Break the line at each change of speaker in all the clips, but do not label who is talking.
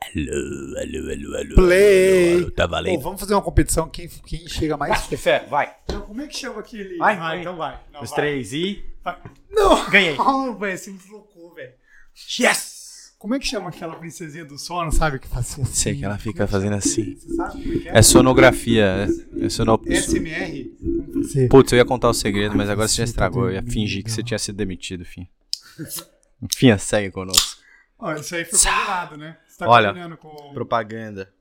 Alô, alô, alô, alô.
Play.
alô, alô, Tá
Pô,
valendo.
vamos fazer uma competição. Quem, quem chega mais.
De fé, vai.
Não, como é que chama aquele.
Vai,
Ah,
vai.
então vai. Não,
Os
vai.
três e.
Não!
Ganhei.
Não, velho, você me loucou, velho. Yes! Como é que chama aquela princesinha do sono, sabe? Que fazia assim.
Sei que ela fica
Como é
fazendo assim.
que- Você sabe como é que é?
É sonografia. É, é sonop...
SMR? Como fazer?
Putz, eu ia contar o segredo, mas agora você já estragou. Eu ia fingir que você tinha sido demitido, fim. Fim, segue conosco.
Ó, isso aí foi combinado, né? Você tá
Olha,
combinando com.
Propaganda.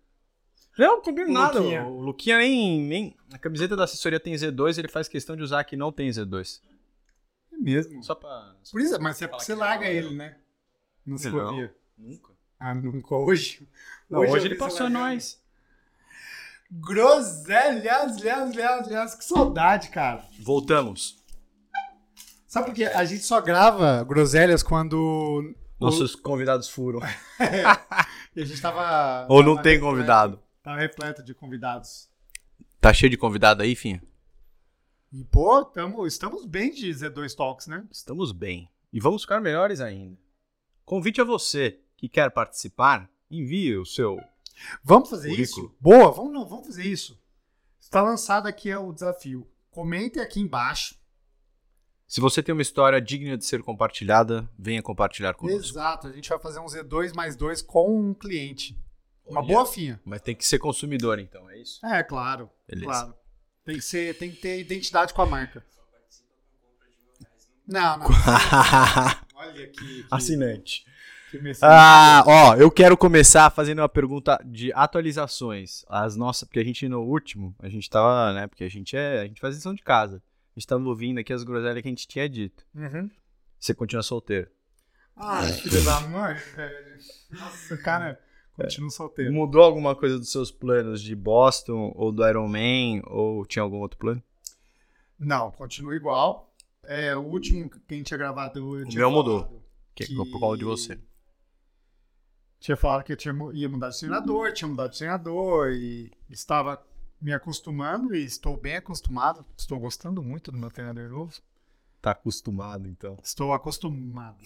Não, combina nada.
Luquinha.
O Luquinha nem, nem. A camiseta da assessoria tem Z2, ele faz questão de usar que não tem Z2.
É mesmo.
Só pra.
Por isso, mas é porque você larga ele, né? Não se
Não.
corria.
Nunca.
Ah, nunca hoje?
Não, hoje
eu
ele
vi você
passou
largar.
nós.
Groselhas, aliás, aliás, aliás, que saudade, cara.
Voltamos.
Sabe por quê? A gente só grava groselhas quando.
Nossos convidados furam.
E a gente tava.
Ou
tava
não tem
repleto-
convidado.
Tava repleto de convidados.
Tá cheio de convidado aí, Finha?
E, pô, tamo, estamos bem de Z2 Talks, né?
Estamos bem. E vamos ficar melhores ainda. Convite a você que quer participar, envie o seu.
Vamos fazer
Currículo.
isso? Boa, vamos, não, vamos fazer isso. Está lançado aqui é o desafio. Comentem aqui embaixo.
Se você tem uma história digna de ser compartilhada, venha compartilhar conosco.
Exato, a gente vai fazer um Z2 mais 2 com um cliente. Uma
Olha,
boa finha.
Mas tem que ser consumidor, então, é isso?
É, claro.
Beleza.
Claro. Tem que, ser, tem que ter identidade com a marca. Não, não. Olha que, que,
Assinante.
que mensagem.
Assim, né? Ah, ó, eu quero começar fazendo uma pergunta de atualizações. As nossas, porque a gente no último, a gente tava, né, porque a gente é, a gente faz lição de casa. A gente tava ouvindo aqui as groselhas que a gente tinha dito.
Uhum.
Você continua solteiro.
Ah, filho da mãe, velho. Nossa, cara,
É.
continua solteiro.
Mudou alguma coisa dos seus planos de Boston ou do Iron Man ou tinha algum outro plano?
Não, continua igual. É, o último que a gente ia gravar. Eu tinha
meu mudou.
falado
Que, é Por causa de você.
Tinha falado que eu tinha mu- ia mudar de treinador, tinha mudado de treinador e estava me acostumando e estou bem acostumado. Estou gostando muito do meu treinador novo.
Tá acostumado, então.
Estou acostumado.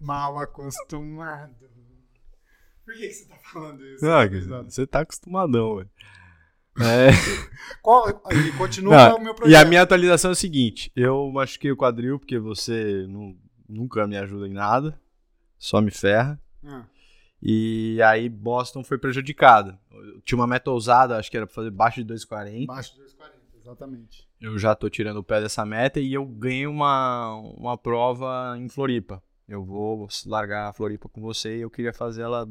Mal acostumado. Por que, que você tá falando isso? Exato.
você tá acostumadão, velho. É,
Qual, e continua
Não,
o meu
e a
projeto.
minha atualização é o seguinte: eu machuquei o quadril porque você nu- nunca me ajuda em nada, só me ferra.
Ah,
E aí Boston foi prejudicado. Eu tinha uma meta ousada, acho que era pra fazer baixo de 2,40.
Abaixo de 2,40, exatamente.
Eu já tô tirando o pé dessa meta e eu ganhei uma, uma prova em Floripa. Eu vou largar a Floripa com você e eu queria fazer ela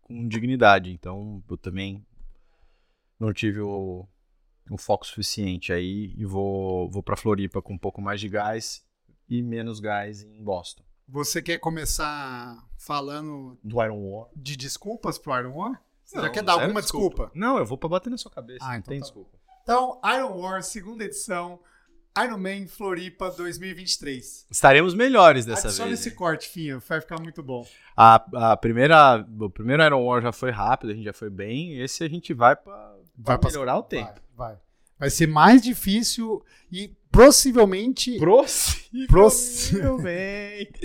com dignidade. Então eu também não tive o, o foco suficiente aí e vou, vou pra Floripa com um pouco mais de gás e menos gás em Boston.
Você quer começar falando
Do Iron War?
de desculpas pro Iron War? Você
Não,
já quer dar
zero
alguma desculpa?
Não, eu vou pra bater na sua cabeça.
Ah,
não
então
tem
tá.
desculpa.
Então, Iron War, segunda edição, Iron Man Floripa 2023.
Estaremos melhores dessa
Adiciona
vez.
esse
hein?
corte, Finha, vai ficar muito bom.
A, a primeira, o primeiro Iron War já foi rápido, a gente já foi bem. Esse a gente vai pra, pra
Vai pra-
melhorar o tempo.
Vai, vai. Vai ser mais difícil e possivelmente...
Possivelmente.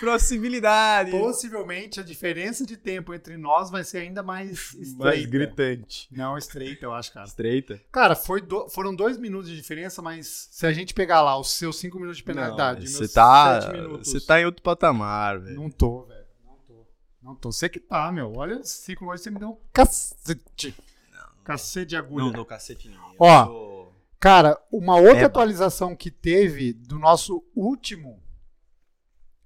Possibilidade.
Possivelmente a diferença de tempo entre nós vai ser ainda mais estreita.
Mais gritante.
Não, estreita, eu acho, cara.
Estreita.
Cara, foi do- foram dois minutos de diferença, mas se a gente pegar lá os seus cinco minutos de
Não,
penalidade, meus
Você tá,
sete minutos.
você tá em outro patamar, velho.
Não tô, velho. Não tô. Não tô. Você que tá, meu. Olha esse ciclo hoje, você me deu um cacete. Cacete de agulha.
dou cacete nenhum.
Ó.
Sou...
Cara, uma outra
Eba.
atualização que teve do nosso último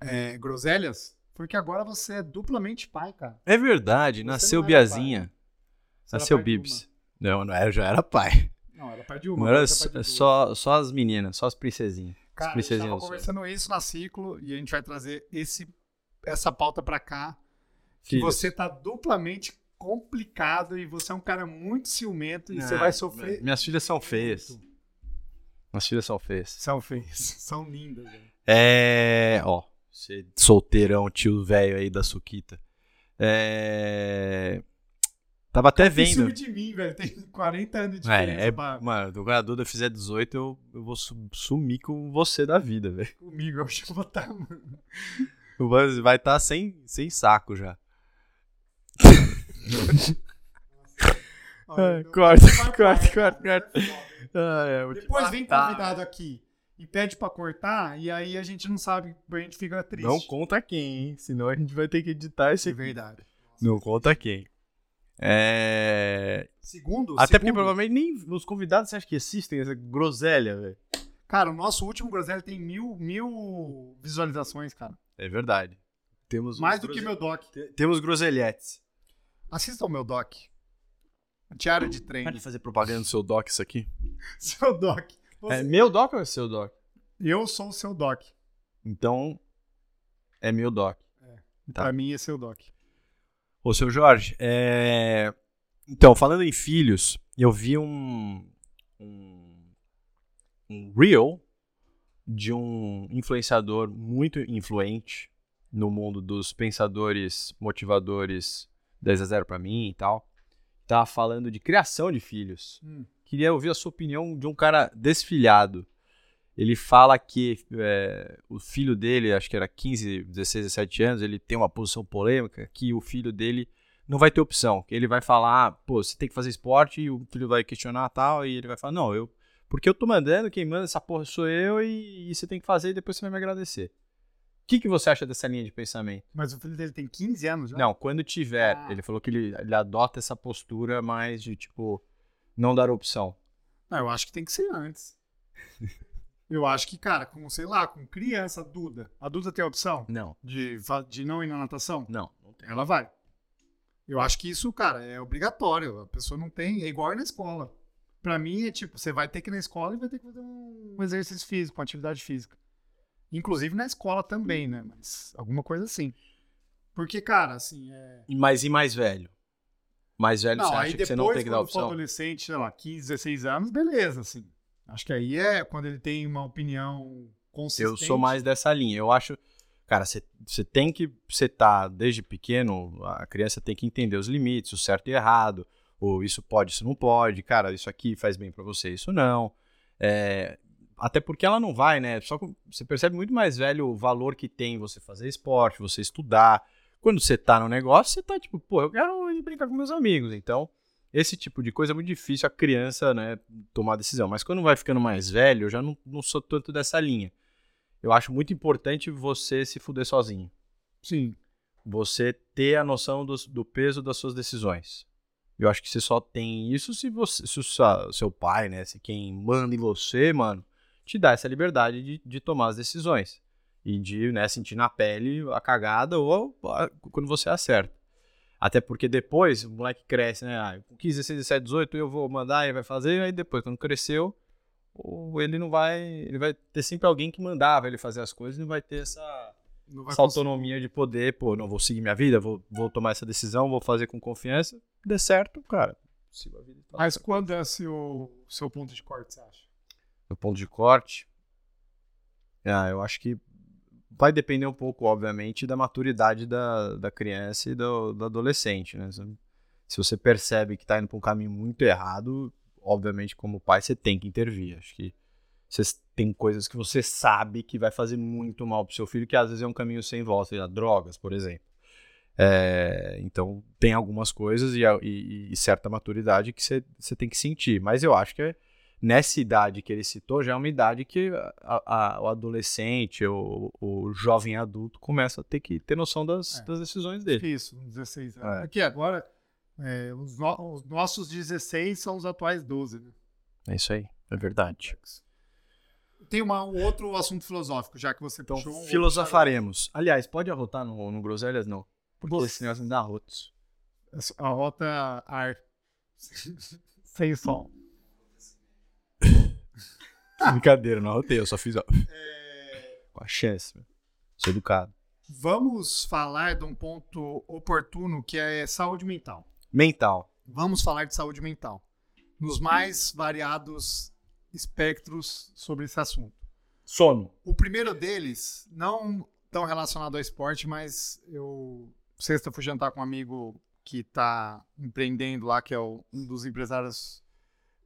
é, Groselhas foi que agora você é duplamente pai, cara.
É verdade,
Você
nasceu
não era
Biazinha.
Você era
Nasceu
pai de
Bibs. Não, não era, já era pai.
uma. Não, era pai de uma.
Não era
agora você é
só,
pai de duas.
só, só as meninas, só as princesinhas.
Cara,
as
a gente
princesinhas.
tava
do sul.
conversando isso na ciclo e a gente vai trazer esse, essa pauta pra cá. Que
Filhos.
você tá duplamente complicado e você é um cara muito ciumento e você
Não,
vai sofrer.
Minhas filhas são feias. Minhas filhas são feias.
São feias. São lindas, velho.
É. Ó, você solteirão, tio velho aí da Suquita. É. Tava até
Tem ciúme
vendo.
de mim, velho. Tem 40 anos de diferença.
É, é,
pra-
mano, quando a Duda fizer 18, eu, eu vou su- sumir com você da vida, velho.
Comigo, eu acho que eu vou estar.
tá Vai estar sem, sem saco já.
Olha,
Ah,
não-
corta,
não vai
corta,
parar,
corta,
cara,
corta.
é foda.
Ah, é, eu vou te
Depois vem
matar.
convidado aqui e pede pra cortar, e aí a gente não sabe, a gente fica triste.
Não conta quem, hein? Senão a gente vai ter que editar esse
é
aqui.
verdade.
Não conta quem. É...
Segundo,
Até porque
segundo-
provavelmente nem os convidados você acha que assistem essa groselha, velho.
Cara, o nosso último groselha tem mil, mil visualizações, cara.
É verdade. Temos
Mais
uns
do que
grose-
meu doc.
Te- Temos groselhetes.
Assista ao meu doc. Diário de
Pode
treino.
fazer propaganda do seu doc isso aqui?
seu doc.
É
Você-
meu doc ou é seu doc?
Eu sou o seu doc.
Então, é meu doc. Tá.
Pra mim, esse é o doc.
Ô, seu Jorge, é... então, falando em filhos, eu vi um, um, um reel de um influenciador muito influente no mundo dos pensadores motivadores 10 a 0 pra mim e tal. Tava falando de criação de filhos.
Hum.
Queria ouvir a sua opinião de um cara desfilhado. Ele fala que é, o filho dele, acho que era 15, 16, 17 anos, ele tem uma posição polêmica que o filho dele não vai ter opção. Que ele vai falar, "Ah, pô, você tem que fazer esporte e o filho vai questionar tal, e ele vai falar, não, eu. Porque eu tô mandando, quem manda essa porra sou eu e, e você tem que fazer e depois você vai me agradecer. O que, que você acha dessa linha de pensamento?
Mas o filho dele tem 15 anos já?
Não, quando tiver.
Ah.
Ele falou que ele, ele adota essa postura mais de, tipo, não dar opção.
Ah, eu acho que tem que ser antes. eu acho que, cara, com, sei lá, com criança, Duda. A Duda tem a opção
Não,
de, fa- de não ir na natação?
não.
Ela vai. Eu acho que isso, cara, é obrigatório. A pessoa não tem. É igual ir na escola. Pra mim é tipo, você vai ter que ir na escola e vai ter que fazer um exercício físico, uma atividade física. Inclusive na escola também, né? Mas alguma coisa assim. Porque, cara, assim, é.
E- Mas e mais velho? Mais velho,
Não,
você
aí
acha que
depois,
você não tem que dar
quando for
opção?
adolescente, sei lá, 15, 16 anos, beleza, assim. Acho que aí é quando ele tem uma opinião consistente.
Eu sou mais dessa linha. Eu acho. Cara, você você tem que. Você tá desde pequeno, a criança tem que entender os limites, o certo e errado. Ou isso pode, isso não pode. Cara, isso aqui faz bem pra você, isso não. É, até porque ela não vai, né? Só que você percebe muito mais velho o valor que tem você fazer esporte, você estudar. Quando você tá no negócio, você tá tipo, pô, eu quero ir brincar com meus amigos. Então, esse tipo de coisa é muito difícil a criança, né, tomar decisão. Mas quando vai ficando mais velho, eu já não, não sou tanto dessa linha. Eu acho muito importante você se fuder sozinho.
Sim.
Você ter a noção dos- do, peso das suas decisões. Eu acho que você só tem isso se você, se o sa- seu pai, né, se quem manda em você, mano, te dá essa liberdade de, de tomar as decisões e de, né, sentir na pele a cagada ou a- quando você acerta. Até porque depois o moleque cresce, né? Ah, com 15, 16, 17, 18 eu vou mandar, ele vai fazer, aí depois quando cresceu, o- ele não vai, ele vai ter sempre alguém que mandava ele fazer as coisas, e não vai ter essa
Não
essa autonomia de poder, pô, não vou seguir minha vida, vou, vou tomar essa decisão, vou fazer com confiança. Dê certo, cara. Sigo a vida e tá
Mas
certo.
quando é o seu, seu ponto de corte, você acha?
Meu ponto de corte. Ah, eu acho que vai depender um pouco, obviamente, da maturidade da, da criança e do, do adolescente, né? Se- Se você percebe que tá indo pra um caminho muito errado, obviamente, como pai, você tem que intervir. Acho que você tem coisas que você sabe que vai fazer muito mal pro seu filho, que às vezes é um caminho sem volta, sei lá, drogas, por exemplo. É, então, tem algumas coisas e, a- e- e certa maturidade que você, você tem que sentir. Mas eu acho que é- nessa idade que ele citou, já é uma idade que a- a- o adolescente, o, o jovem adulto, começa a ter que ter noção das,
É.
das decisões
Acho
dele.
que isso, uns 16 anos.
É.
Aqui agora, é, os, no- os nossos 16 são os atuais 12, né?
É isso aí, é verdade.
Tem uma, um outro assunto filosófico, já que você
Então,
puxou. um outro-
filosofaremos. Aliás, pode arrotar no, no Groselhas? Não. Porque
Nossa.
esse negócio me dá arrotos.
A rota ar. Sem som.
Brincadeira, não arrotei, eu só fiz ó, com a chance. meu. Sou educado.
Vamos falar de um ponto oportuno que é saúde mental.
Mental.
Vamos falar de saúde mental nos mais variados espectros sobre esse assunto.
Sono.
O primeiro deles, não tão relacionado ao esporte, mas eu sexta eu fui jantar com um amigo que está empreendendo lá, que é o- um dos empresários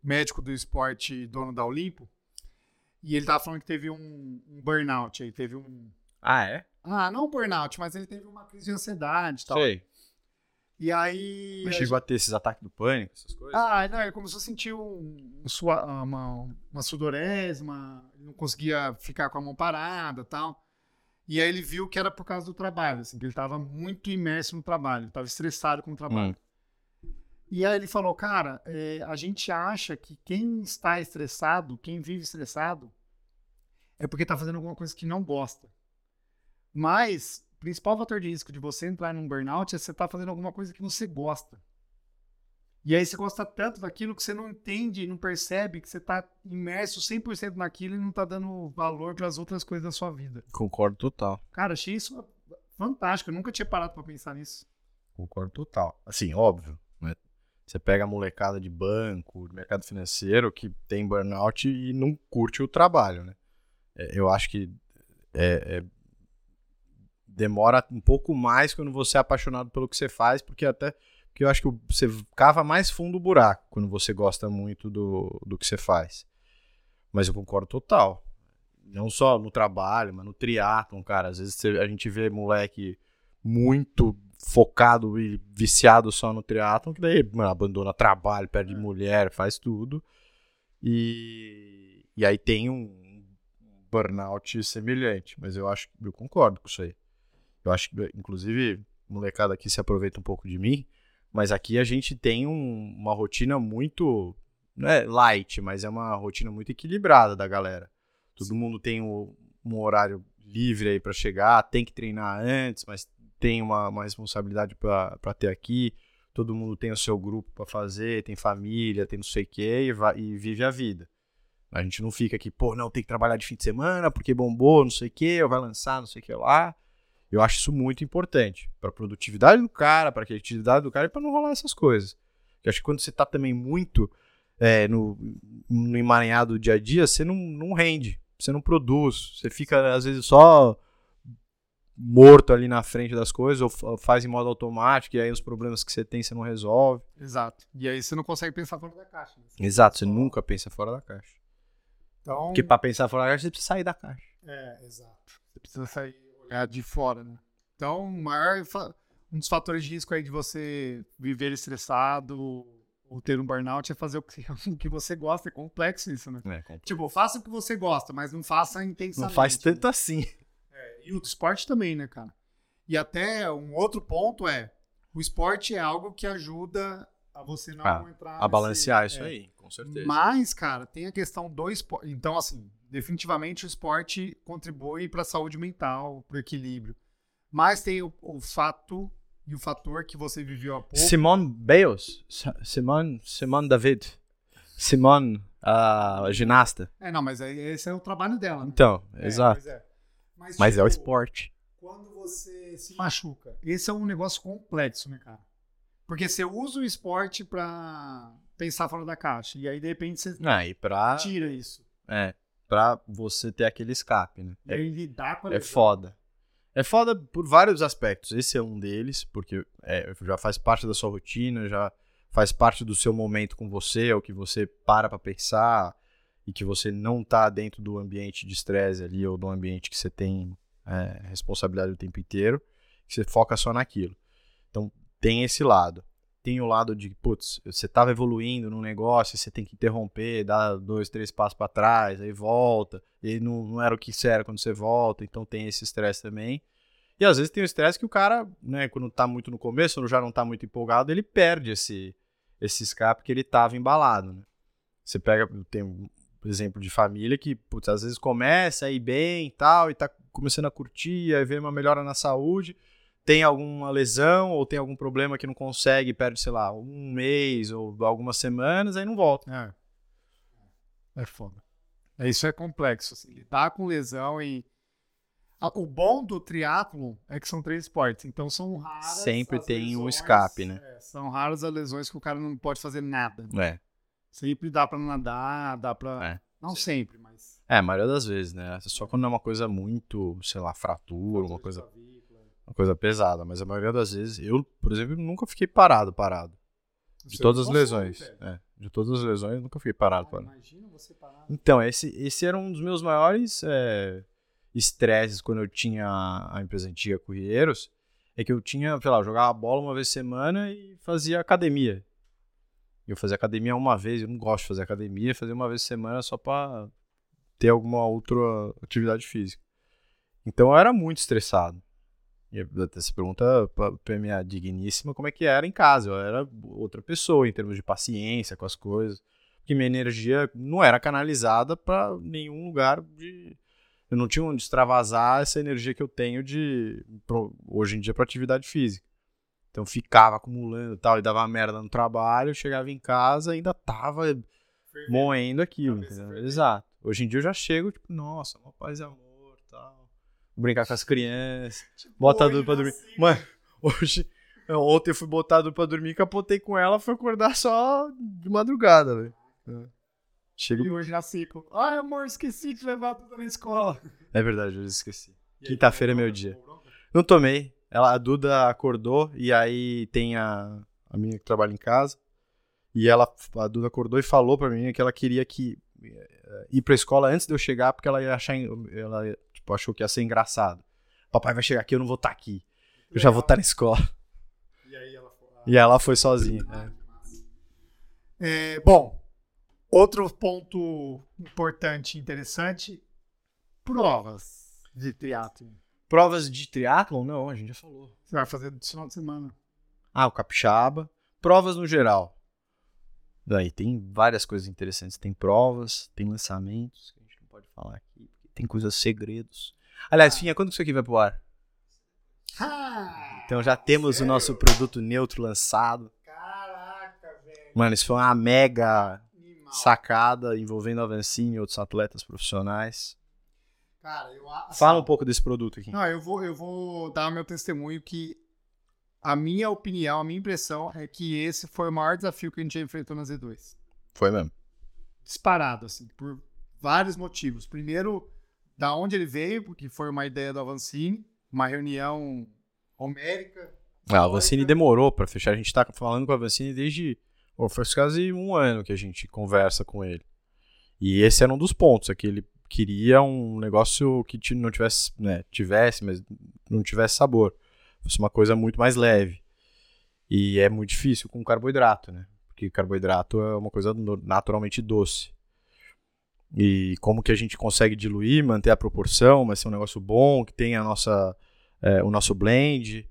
médico do esporte e dono da Olimpo. E ele tava falando que teve um, um burnout aí, teve um.
Ah, é?
Ah, não um burnout, mas ele teve uma crise de ansiedade e tal.
Sei.
E aí.
Mas chegou a ter esses ataques do pânico, essas coisas?
Ah, não, ele começou a sentir um, um sua- uma, uma sudorésima, ele não conseguia ficar com a mão parada e tal. E aí ele viu que era por causa do trabalho, assim, que ele estava muito imerso no trabalho, estava estressado com o trabalho. E aí ele falou, cara, é, a gente acha que quem está estressado, quem vive estressado, é porque está fazendo alguma coisa que não gosta. Mas o principal fator de risco de você entrar num burnout é você estar fazendo alguma coisa que você gosta. E aí você gosta tanto daquilo que você não entende, não percebe que você está imerso 100% naquilo e não está dando valor para as outras coisas da sua vida.
Concordo total.
Cara, achei isso fantástico. Eu nunca tinha parado para pensar nisso.
Concordo total. Assim, óbvio, né? Você pega a molecada de banco, de mercado financeiro, que tem burnout e não curte o trabalho, né? É, Eu acho que é- é- demora um pouco mais quando você é apaixonado pelo que você faz, porque até porque eu acho que você cava mais fundo o buraco quando você gosta muito do, do que você faz. Mas eu concordo total. Não só no trabalho, mas no triatlon, cara. Às vezes você- a gente vê moleque muito focado e viciado só no triatlon, que daí mano, abandona trabalho, perde mulher, faz tudo. E, e aí tem um burnout semelhante, mas eu acho eu concordo com isso aí. Eu acho que, inclusive, o molecada aqui se aproveita um pouco de mim, mas aqui a gente tem um- uma rotina muito, não é light, mas é uma rotina muito equilibrada da galera. Todo mundo tem o- um horário livre aí pra chegar, tem que treinar antes, mas tem uma, uma responsabilidade para ter aqui, todo mundo tem o seu grupo para fazer, tem família, tem não sei o quê, e, vai- e vive a vida. A gente não fica aqui, pô, não, tem que trabalhar de fim de semana porque bombou, não sei o quê, ou vai lançar, não sei o que lá. Eu acho isso muito importante para produtividade do cara, para criatividade do cara e para não rolar essas coisas. Eu acho que quando você tá também muito é, no, no emaranhado do dia a dia, você não, não rende, você não produz, você fica às vezes só morto ali na frente das coisas, ou fa- faz em modo automático, e aí os problemas que você tem você não resolve.
Exato. E aí você não consegue pensar fora da caixa. né?
Exato, você nunca pensa fora da caixa.
Então,
Porque pra pensar fora da caixa, você precisa sair da caixa.
É, exato. Você precisa sair olhar de fora, né? Então, o maior fa- um dos fatores de risco aí de você viver estressado ou ter um burnout é fazer o que, o que você gosta. É complexo isso, né? Tipo, faça o que você gosta, mas não faça
não
intensamente.
faz
né?
tanto assim.
E o esporte também, né, cara? E até um outro ponto é, o esporte é algo que ajuda a você não
Ah,
entrar...
A
nesse-
balancear isso
é,
aí, com certeza.
mas, cara, tem a questão do esporte. Então, assim, definitivamente o esporte contribui para a saúde mental, para o equilíbrio. Mas tem o, o fato e o fator que você viveu há pouco.
Simone Biles, Sa- Simone, Simone David, Simone, a ginasta.
É, não, mas aí esse é o trabalho dela. né?
Então,
É,
exato.
pois é. Mas,
Mas é o
tipo,
esporte.
Quando você se machuca, esse é um negócio complexo, né, cara? Porque você usa o esporte para pensar fora da caixa. E aí, de repente, você
Ah, e pra,
tira isso.
é, pra você ter aquele escape, né?
E aí lidar com a
É
lesão.
foda. É foda por vários aspectos. Esse é um deles, porque é, já faz parte da sua rotina, já faz parte do seu momento com você, é o que você para pra pensar e que você não tá dentro do ambiente de estresse ali ou do ambiente que você tem é, responsabilidade o tempo inteiro, que você foca só naquilo. Então tem esse lado. Tem o lado de, putz, você tava evoluindo num negócio, você tem que interromper, dar dois, três passos pra trás, aí volta e não, não era o que você era quando você volta, então tem esse estresse também. E às vezes tem o estresse que o cara, né, quando tá muito no começo, ou já não tá muito empolgado, ele perde esse, esse escape que ele tava embalado, né? Você pega, tem um exemplo de família que, putz, às vezes começa a ir bem e tal, e tá começando a curtir, aí vê uma melhora na saúde, tem alguma lesão ou tem algum problema que não consegue, perde, sei lá, um mês ou algumas semanas, aí não volta.
É. É foda. É, Isso é complexo. Assim, lidar com lesão e. Ah, O bom do triatlon é que são três esportes, então são raras.
Sempre
as
tem um escape, né?
é, são raras as lesões que o cara não pode fazer nada.
É,
Sempre dá pra nadar, dá pra.
É.
Não sempre, mas.
É, a maioria das vezes, né? Só quando é uma coisa muito, sei lá, fratura, uma coisa, uma coisa pesada. Mas a maioria das vezes, eu, por exemplo, nunca fiquei parado, parado. De todas as lesões. É, de todas as lesões, eu nunca fiquei parado, parado.
Imagina você parar.
Então, esse, esse era um dos meus eh, maiores é, estresses quando eu tinha a empresa antiga Corrieiros. É que eu tinha, sei lá, eu jogava bola uma vez por semana e fazia academia. Eu fazia academia uma vez, eu não gosto de fazer academia, fazia uma vez por semana só pra ter alguma outra atividade física. Então eu era muito estressado. E até se pergunta pra, pra minha digníssima como é que era em casa. Eu era outra pessoa em termos de paciência com as coisas. Porque minha energia não era canalizada para nenhum lugar de. Eu não tinha onde extravasar essa energia que eu tenho de pro- hoje em dia para atividade física. Então ficava acumulando e tal, e dava merda no trabalho, eu chegava em casa ainda tava moendo aquilo.
Cabeça
entendeu?
fervendo.
Exato. Hoje em dia eu já chego, tipo, nossa, uma paz e amor tal. Brincar com as crianças. Bota a
hoje
dor pra dormir.
nasci.
Mano, hoje. não, Ontem eu fui botar a dor pra dormir, capotei com ela, fui acordar só de madrugada, velho. É.
E
Chego.
hoje na ciclo. Ai, amor, esqueci de levar tudo na escola.
É verdade, eu esqueci.
E aí,
Quinta-feira é
tomou
meu
bronca?
dia.
Tomou bronca?
Não tomei. Ela, a Duda acordou e aí tem a, a minha que trabalha em casa. E ela, a Duda acordou e falou pra mim que ela queria que eh, ir pra escola antes de eu chegar, porque ela ia achar. en- Ela tipo, achou que ia ser engraçado. Papai vai chegar aqui, eu não vou estar aqui. Eu já vou estar na escola.
E aí ela ah. foi.
E ela foi sozinha. né?
É, bom, outro ponto importante e interessante, provas de triatlo.
Provas de triatlon? Não, a gente já falou.
Você vai fazer no final de semana.
Ah, o capixaba. Provas no geral. Daí tem várias coisas interessantes. Tem provas, tem lançamentos que a gente não pode falar aqui. porque Tem coisas segredos. Aliás, Finha, quando que isso aqui vai pro ar?
Ah,
Então já temos o nosso produto neutro lançado.
Caraca, velho.
Mano, isso foi uma mega
Animal.
sacada envolvendo a Vancini e outros atletas profissionais.
Cara, eu assim,
Fala um pouco desse produto aqui.
Não, eu vou, eu vou dar meu testemunho que a minha opinião, a minha impressão é que esse foi o maior desafio que a gente já enfrentou na Z2.
Foi mesmo.
disparado, assim, por vários motivos. Primeiro, da onde ele veio, porque foi uma ideia do Avancini, uma reunião homérica.
Ah, a Vancini demorou pra fechar. A gente tá falando com a Vancini desde. Ou faz quase um ano que a gente conversa com ele. E esse era um dos pontos, é que ele queria um negócio que ti- não tivesse, né, tivesse, mas não tivesse sabor. Fosse uma coisa muito mais leve. E é muito difícil com carboidrato, né? Porque carboidrato é uma coisa no- naturalmente doce. E como que a gente consegue diluir, manter a proporção, mas ser um negócio bom, que tenha a nossa, eh, o nosso blend.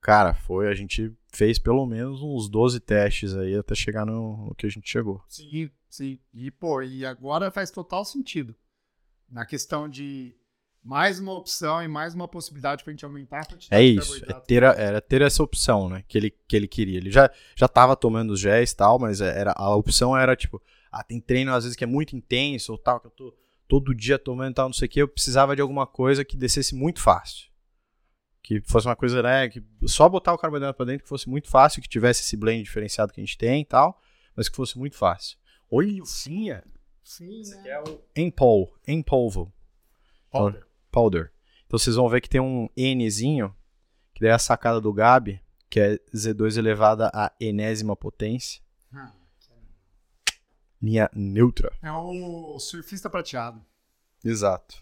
Cara, foi. A gente fez pelo menos uns 12 testes aí até chegar no, no que a gente chegou.
Sim, sim. E, pô, e agora faz total sentido. Na questão de mais uma opção e mais uma possibilidade pra gente aumentar a quantidade
É
de
isso. É
carboidrato.
ter a- era ter essa opção, né? Que ele, que ele queria. Ele já, já tava tomando os géis e tal, mas era, a opção era tipo: ah, tem treino às vezes que é muito intenso ou tal, que eu tô todo dia tomando e tal, não sei o que. Eu precisava de alguma coisa que descesse muito fácil. Que fosse uma coisa, né? Que só botar o carboidrato pra dentro que fosse muito fácil, que tivesse esse blend diferenciado que a gente tem e tal, mas que fosse muito fácil. Olha o Finha.
Sim, né?
é o Empol, Empolvo.
Powder.
Powder. Então vocês vão ver que tem um Nzinho, que daí é a sacada do Gabi, que é Z2 elevada à enésima potência.
Ah.
Linha neutra.
É o surfista prateado.
Exato.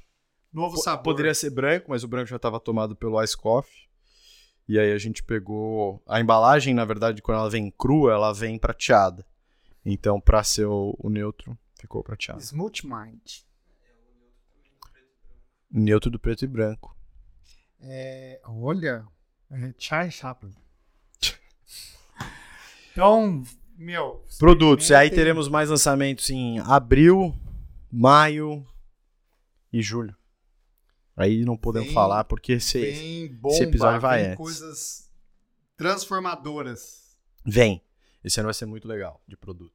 Novo sabor.
Poderia ser branco, mas o branco já estava tomado pelo Ice Coffee. E aí a gente pegou. A embalagem, na verdade, quando ela vem crua, ela vem prateada. Então, pra ser o, o neutro, ficou prateado.
Smooth Mind.
Neutro do preto e branco.
É, olha, é Charlie Chaplin. Então, meu.
Produtos. é E aí
experimentem.
teremos mais lançamentos em abril, maio e julho. Aí não podemos
Bem-
falar porque se
Vem bomba,
episódio vai
vem
antes.
coisas transformadoras.
vem. Esse ano vai ser muito legal de produto.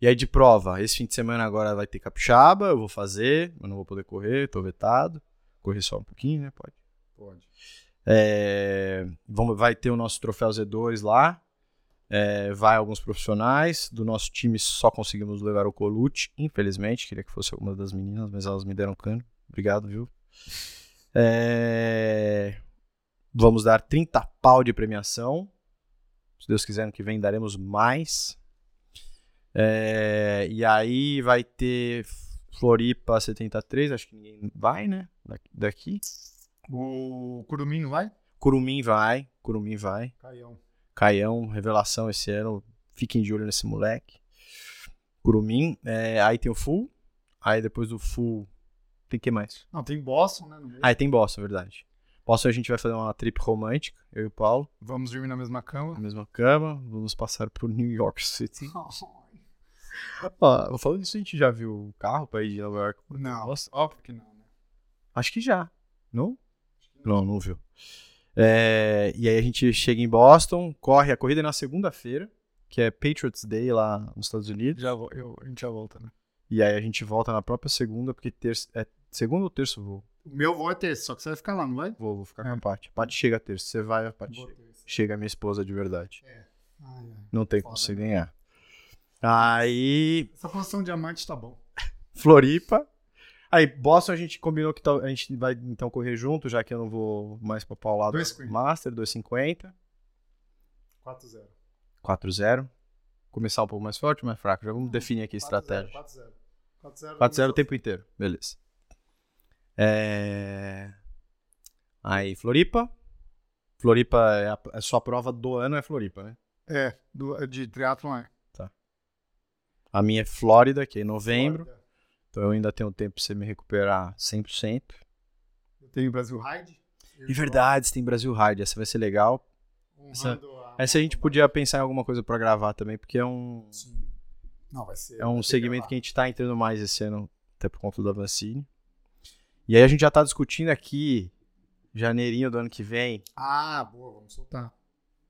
E aí de prova, esse fim de semana agora vai ter capixaba, eu vou fazer, eu não vou poder correr, tô vetado. Correr só um pouquinho, né? Pode.
Pode.
É, vamos- vai ter o nosso troféu Z2 lá. É, vai alguns profissionais. Do nosso time só conseguimos levar o Colucci, infelizmente. Queria que fosse alguma das meninas, mas elas me deram cano. Obrigado, viu? É, vamos dar 30 pau de premiação. Se Deus quiser, ano que vem daremos mais. É, e aí vai ter Floripa 73, acho que ninguém vai, né? Daqui.
O Curumim não vai?
Curumim vai, Curumim vai.
Caião.
Caião, revelação esse ano. Fiquem de olho nesse moleque. Curumim. é, aí tem o Full. Aí depois do Full. Tem que mais?
Não, tem Boston, né? no meio.
Ah, e tem Boston, verdade. Boston a gente vai fazer uma trip romântica, eu e o Paulo,
Vamos dormir na mesma
na
cama.
mesma cama. Vamos passar por New York City.
Não,
Ó, falando disso, a gente já viu o carro pra ir de Nova York?
óbvio que não. né?
Acho que já. Não? Não, não viu. É, e aí a gente chega em Boston, corre a corrida é na segunda-feira, que é Patriots Day lá nos Estados Unidos.
Já vou, eu, a gente já volta, né?
E aí a gente volta na própria segunda, porque terça, é segunda ou terça eu vou?
O meu voo é terça, só que você vai ficar lá, não vai?
Vou, vou ficar com a parte. A parte chega terça, você vai, a parte chega.
terça.
Chega a minha esposa de verdade.
Ai, ai.
Não tem
É. Foda, né?
como você ganhar. Aí,
Essa posição diamante tá bom.
Floripa. Aí, Boston a gente combinou que tal- a gente vai então correr junto, já que eu não vou mais pra Paulada
Dois cinquenta.
Master, 250.
4-0.
4-0. Começar um pouco mais forte, mais fraco. Já
Uhum.
vamos definir aqui a estratégia.
4-0. 4-0.
4-0 o tempo inteiro. Beleza. É... Aí, Floripa. Floripa é a, é sua prova do ano é Floripa, né?
É, do, de triatlon é.
A minha é Flórida, que é em novembro. Então eu ainda tenho tempo pra você me recuperar 100%.
Eu tenho Brasil Ride.
E verdade, você tem Brasil Hard. Essa vai ser legal.
Honrando a-
Essa a gente podia pensar em alguma coisa pra gravar também, porque é um,
Sim. Não, vai ser.
é um segmento que a gente tá entrando mais esse ano, até por conta da vacina. E aí a gente já tá discutindo aqui, janeirinho do ano que vem,
Ah, boa, vamos soltar.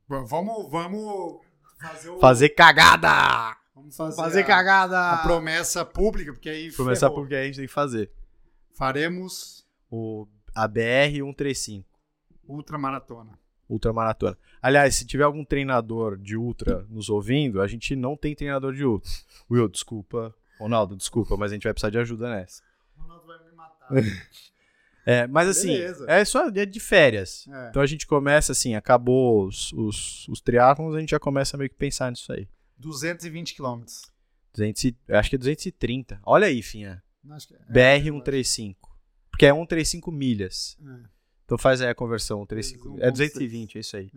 V- Vamos, vamos fazer o.
fazer cagada!
Vamos fazer, a, a
cagada!
promessa pública, porque aí.
Começar
ferrou.
porque a gente tem que fazer.
Faremos
O, a BR-135,
ultramaratona.
ultramaratona. Aliás, se tiver algum treinador de ultra nos ouvindo, a gente não tem treinador de ultra. Will, desculpa. Ronaldo, desculpa, mas a gente vai precisar de ajuda nessa.
O Ronaldo vai me matar.
É, mas assim,
Beleza.
é só é de férias.
É.
Então a gente começa assim, acabou os, os, os triatlons, a gente já começa meio que pensar nisso aí.
220 km.
200, e- eu acho que é 230. Olha aí, Finha.
Acho que é.
BR-135. Porque é 135 milhas.
É.
Então faz aí a conversão, 135 milhas. É 220, é isso aí.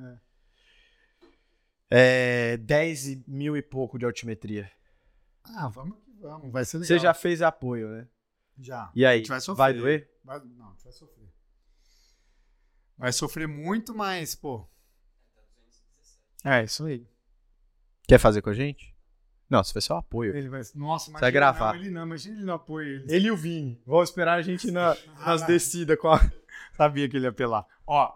É. 10 e mil e pouco de altimetria.
Ah, vamos que vamos. Vai ser legal.
Você já fez apoio, né?
Já.
E
A
aí,
gente vai
vai,
sofrer.
doer?
Vai- não, a gente vai sofrer. Vai sofrer muito, mas, pô. É, isso aí.
Quer fazer com a gente? Não, você vai só apoio.
Ele vai. Nossa, imagina.
vai gravar.
Não, ele não, imagina ele não apoia ele.
Ele e o Vini. Vão esperar a gente
nas
descidas com a.
Sabia que ele ia apelar. Ó.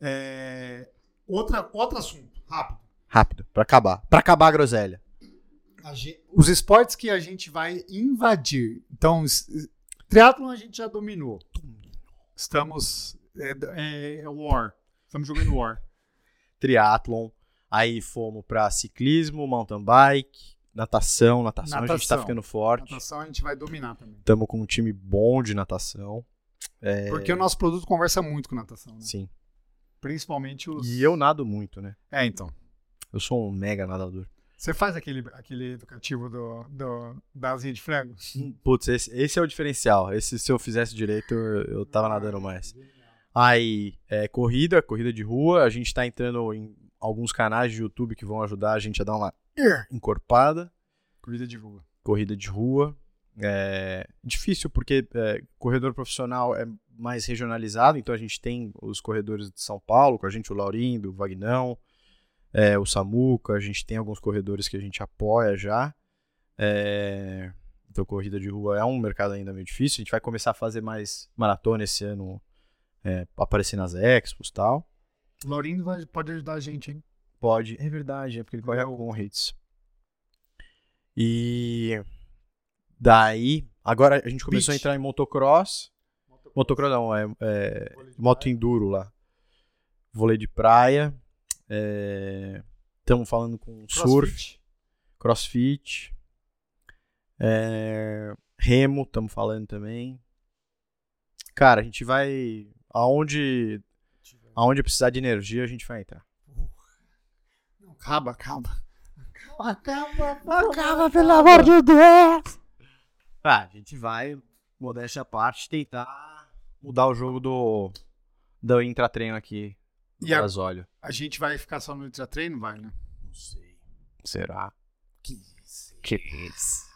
é, Outra, outro assunto, rápido.
Rápido, pra acabar. Pra acabar a groselha.
A gen- Os esportes que a gente vai invadir. Então, es- triatlon a gente já dominou. Estamos. É, é- é war. Estamos jogando war.
Triatlon. Aí fomos pra ciclismo, mountain bike, natação. Natação, a gente tá
Natação.
ficando forte.
Natação a gente vai dominar também.
Tamo com um time bom de natação.
Porque o nosso produto conversa muito com natação, né?
Sim.
Principalmente os.
E eu nado muito, né?
É, então.
Eu sou um mega nadador.
Você faz aquele, aquele educativo do, do, da asinha de frango?
Putz, esse, esse é o diferencial. Esse, se eu fizesse direito, eu eu tava nadando mais. Aí, é, corrida, corrida de rua. A gente tá entrando em alguns canais de YouTube que vão ajudar a gente a dar uma encorpada.
Corrida de rua.
corrida de rua. É difícil porque é, corredor profissional é mais regionalizado, então a gente tem os corredores de São Paulo, com a gente o Laurindo, o Vagnão, é, o Samuca, a gente tem alguns corredores que a gente apoia já. É, então corrida de rua é um mercado ainda meio difícil, a gente vai começar a fazer mais maratona esse ano, é, aparecer nas expos e tal.
O Laurindo vai- pode ajudar a gente, hein?
Pode. É verdade, é porque ele corre com hits. E daí, agora a gente começou
Beach.
a entrar em motocross. Motocross não, é, é moto enduro lá. Vôlei de praia. Estamos falando com surf,
Surf.
crossfit. é, remo, estamos falando também. Cara, a gente vai aonde aonde precisar de energia, a gente vai entrar.
Acaba, acaba.
Acaba, pelo amor de Deus! Ah, a gente vai, modéstia à parte, tentar mudar o jogo do, do intratreino aqui
E a-
Brasólio.
A gente vai ficar só no ultratreino, vai, né?
Não sei. Será?
Que
Que isso?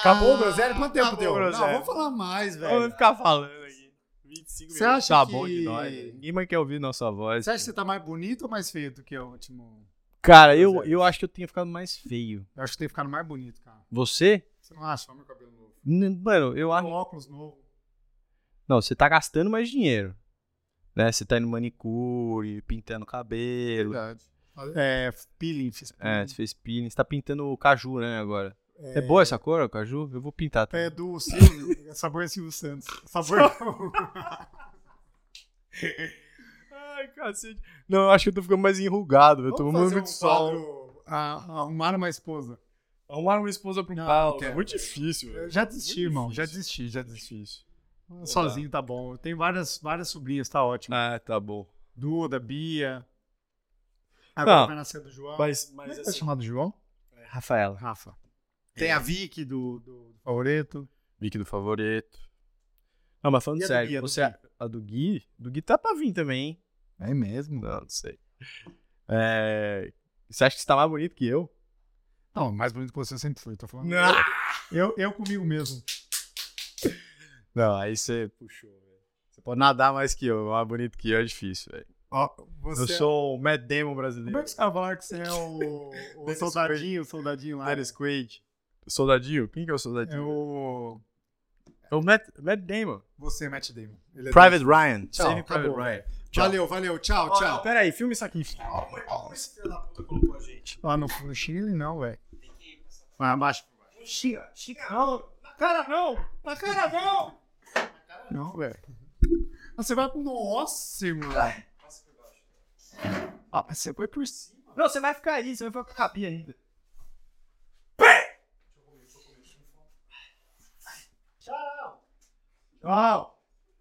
Acabou o
Brasília?
Brasília? Quanto tempo deu?
Não,
Não,
vamos
vamos falar mais,
Vamos
velho.
ficar falando aqui.
25
Você acha
Tá
que...
bom de nós. Ninguém mais quer ouvir nossa voz.
Você acha que você tá mais bonito ou mais feio do que o último?
Cara, eu,
é
eu acho que eu tinha ficado mais feio.
Eu acho que tem ficado mais bonito, cara.
Você?
Você não acha? Olha meu cabelo novo.
N- Mano, eu
Um
acho.
óculos novo.
Não, você tá gastando mais dinheiro. Né? Você tá indo manicure, pintando cabelo.
Verdade. É, peeling, fiz
É,
peeling.
você fez peeling. Você tá pintando o caju, né, agora? É,
É.
boa essa cor, o caju? Eu vou pintar. também.
É do Silvio. sabor Silvio Santos. Sabor...
É. Ai, cacete. Não, eu acho que eu tô ficando mais enrugado. Eu tô
Vamos
tomando
fazer
muito
um
sol.
quadro, a- Arrumar uma esposa.
Arrumar uma esposa pro
Não, não
pau.
quero.
É muito difícil,
Eu
velho.
já desisti,
Muito
irmão. Já
difícil.
desisti, já desisti.
É Difícil.
Sozinho tá bom. Eu tenho várias, várias sobrinhas, tá ótimo.
Ah, tá bom.
Duda, Bia. Agora
Não.
vai nascer do João.
Mas,
Como é
mas
que tá
assim,
chamado João?
é. Rafaela.
Rafa. É. Tem a Vicky do, do, do Favoreto.
Vicky do favorito. Não, mas falando
E a do
sério,
Gui, a do
você. a do Gui? Do Gui tá pra vir também, hein?
É mesmo?
Não, não sei. É, Você acha que você tá mais bonito que eu?
Não, mais bonito que você eu sempre fui, tô falando.
Não.
Eu, eu comigo mesmo.
Não, aí você puxou, velho. Você pode nadar mais que eu, mais bonito que eu é difícil, velho.
Ó, você
é
Eu sou o Mad Demon
Como é
brasileiro.
que os caras falaram que você é o, o
Dennis
soldadinho, o soldadinho lá?
Iris Quaid. Soldadinho? Quem que é o
É
soldadinho?
o...
É o Mad, Mad Damon.
Você, Matt Damon. Ele é
Private Ryan.
Tchau,
Saving Private
acabou.
Ryan.
do- Valeu, valeu. Tchau,
Olha,
tchau.
pera aí, filma isso aqui. Olha esse filho da puta colocou a gente.
Lá no no Chile, não, velho. Vai abaixo.
Chega, chega, não. Na cara não, na cara não.
Não, velho. Ah, Você vai pro... Nossa, mano. Ah, mas você foi por cima.
Não, você vai ficar aí, você vai ficar com a capinha ainda.
Tchau.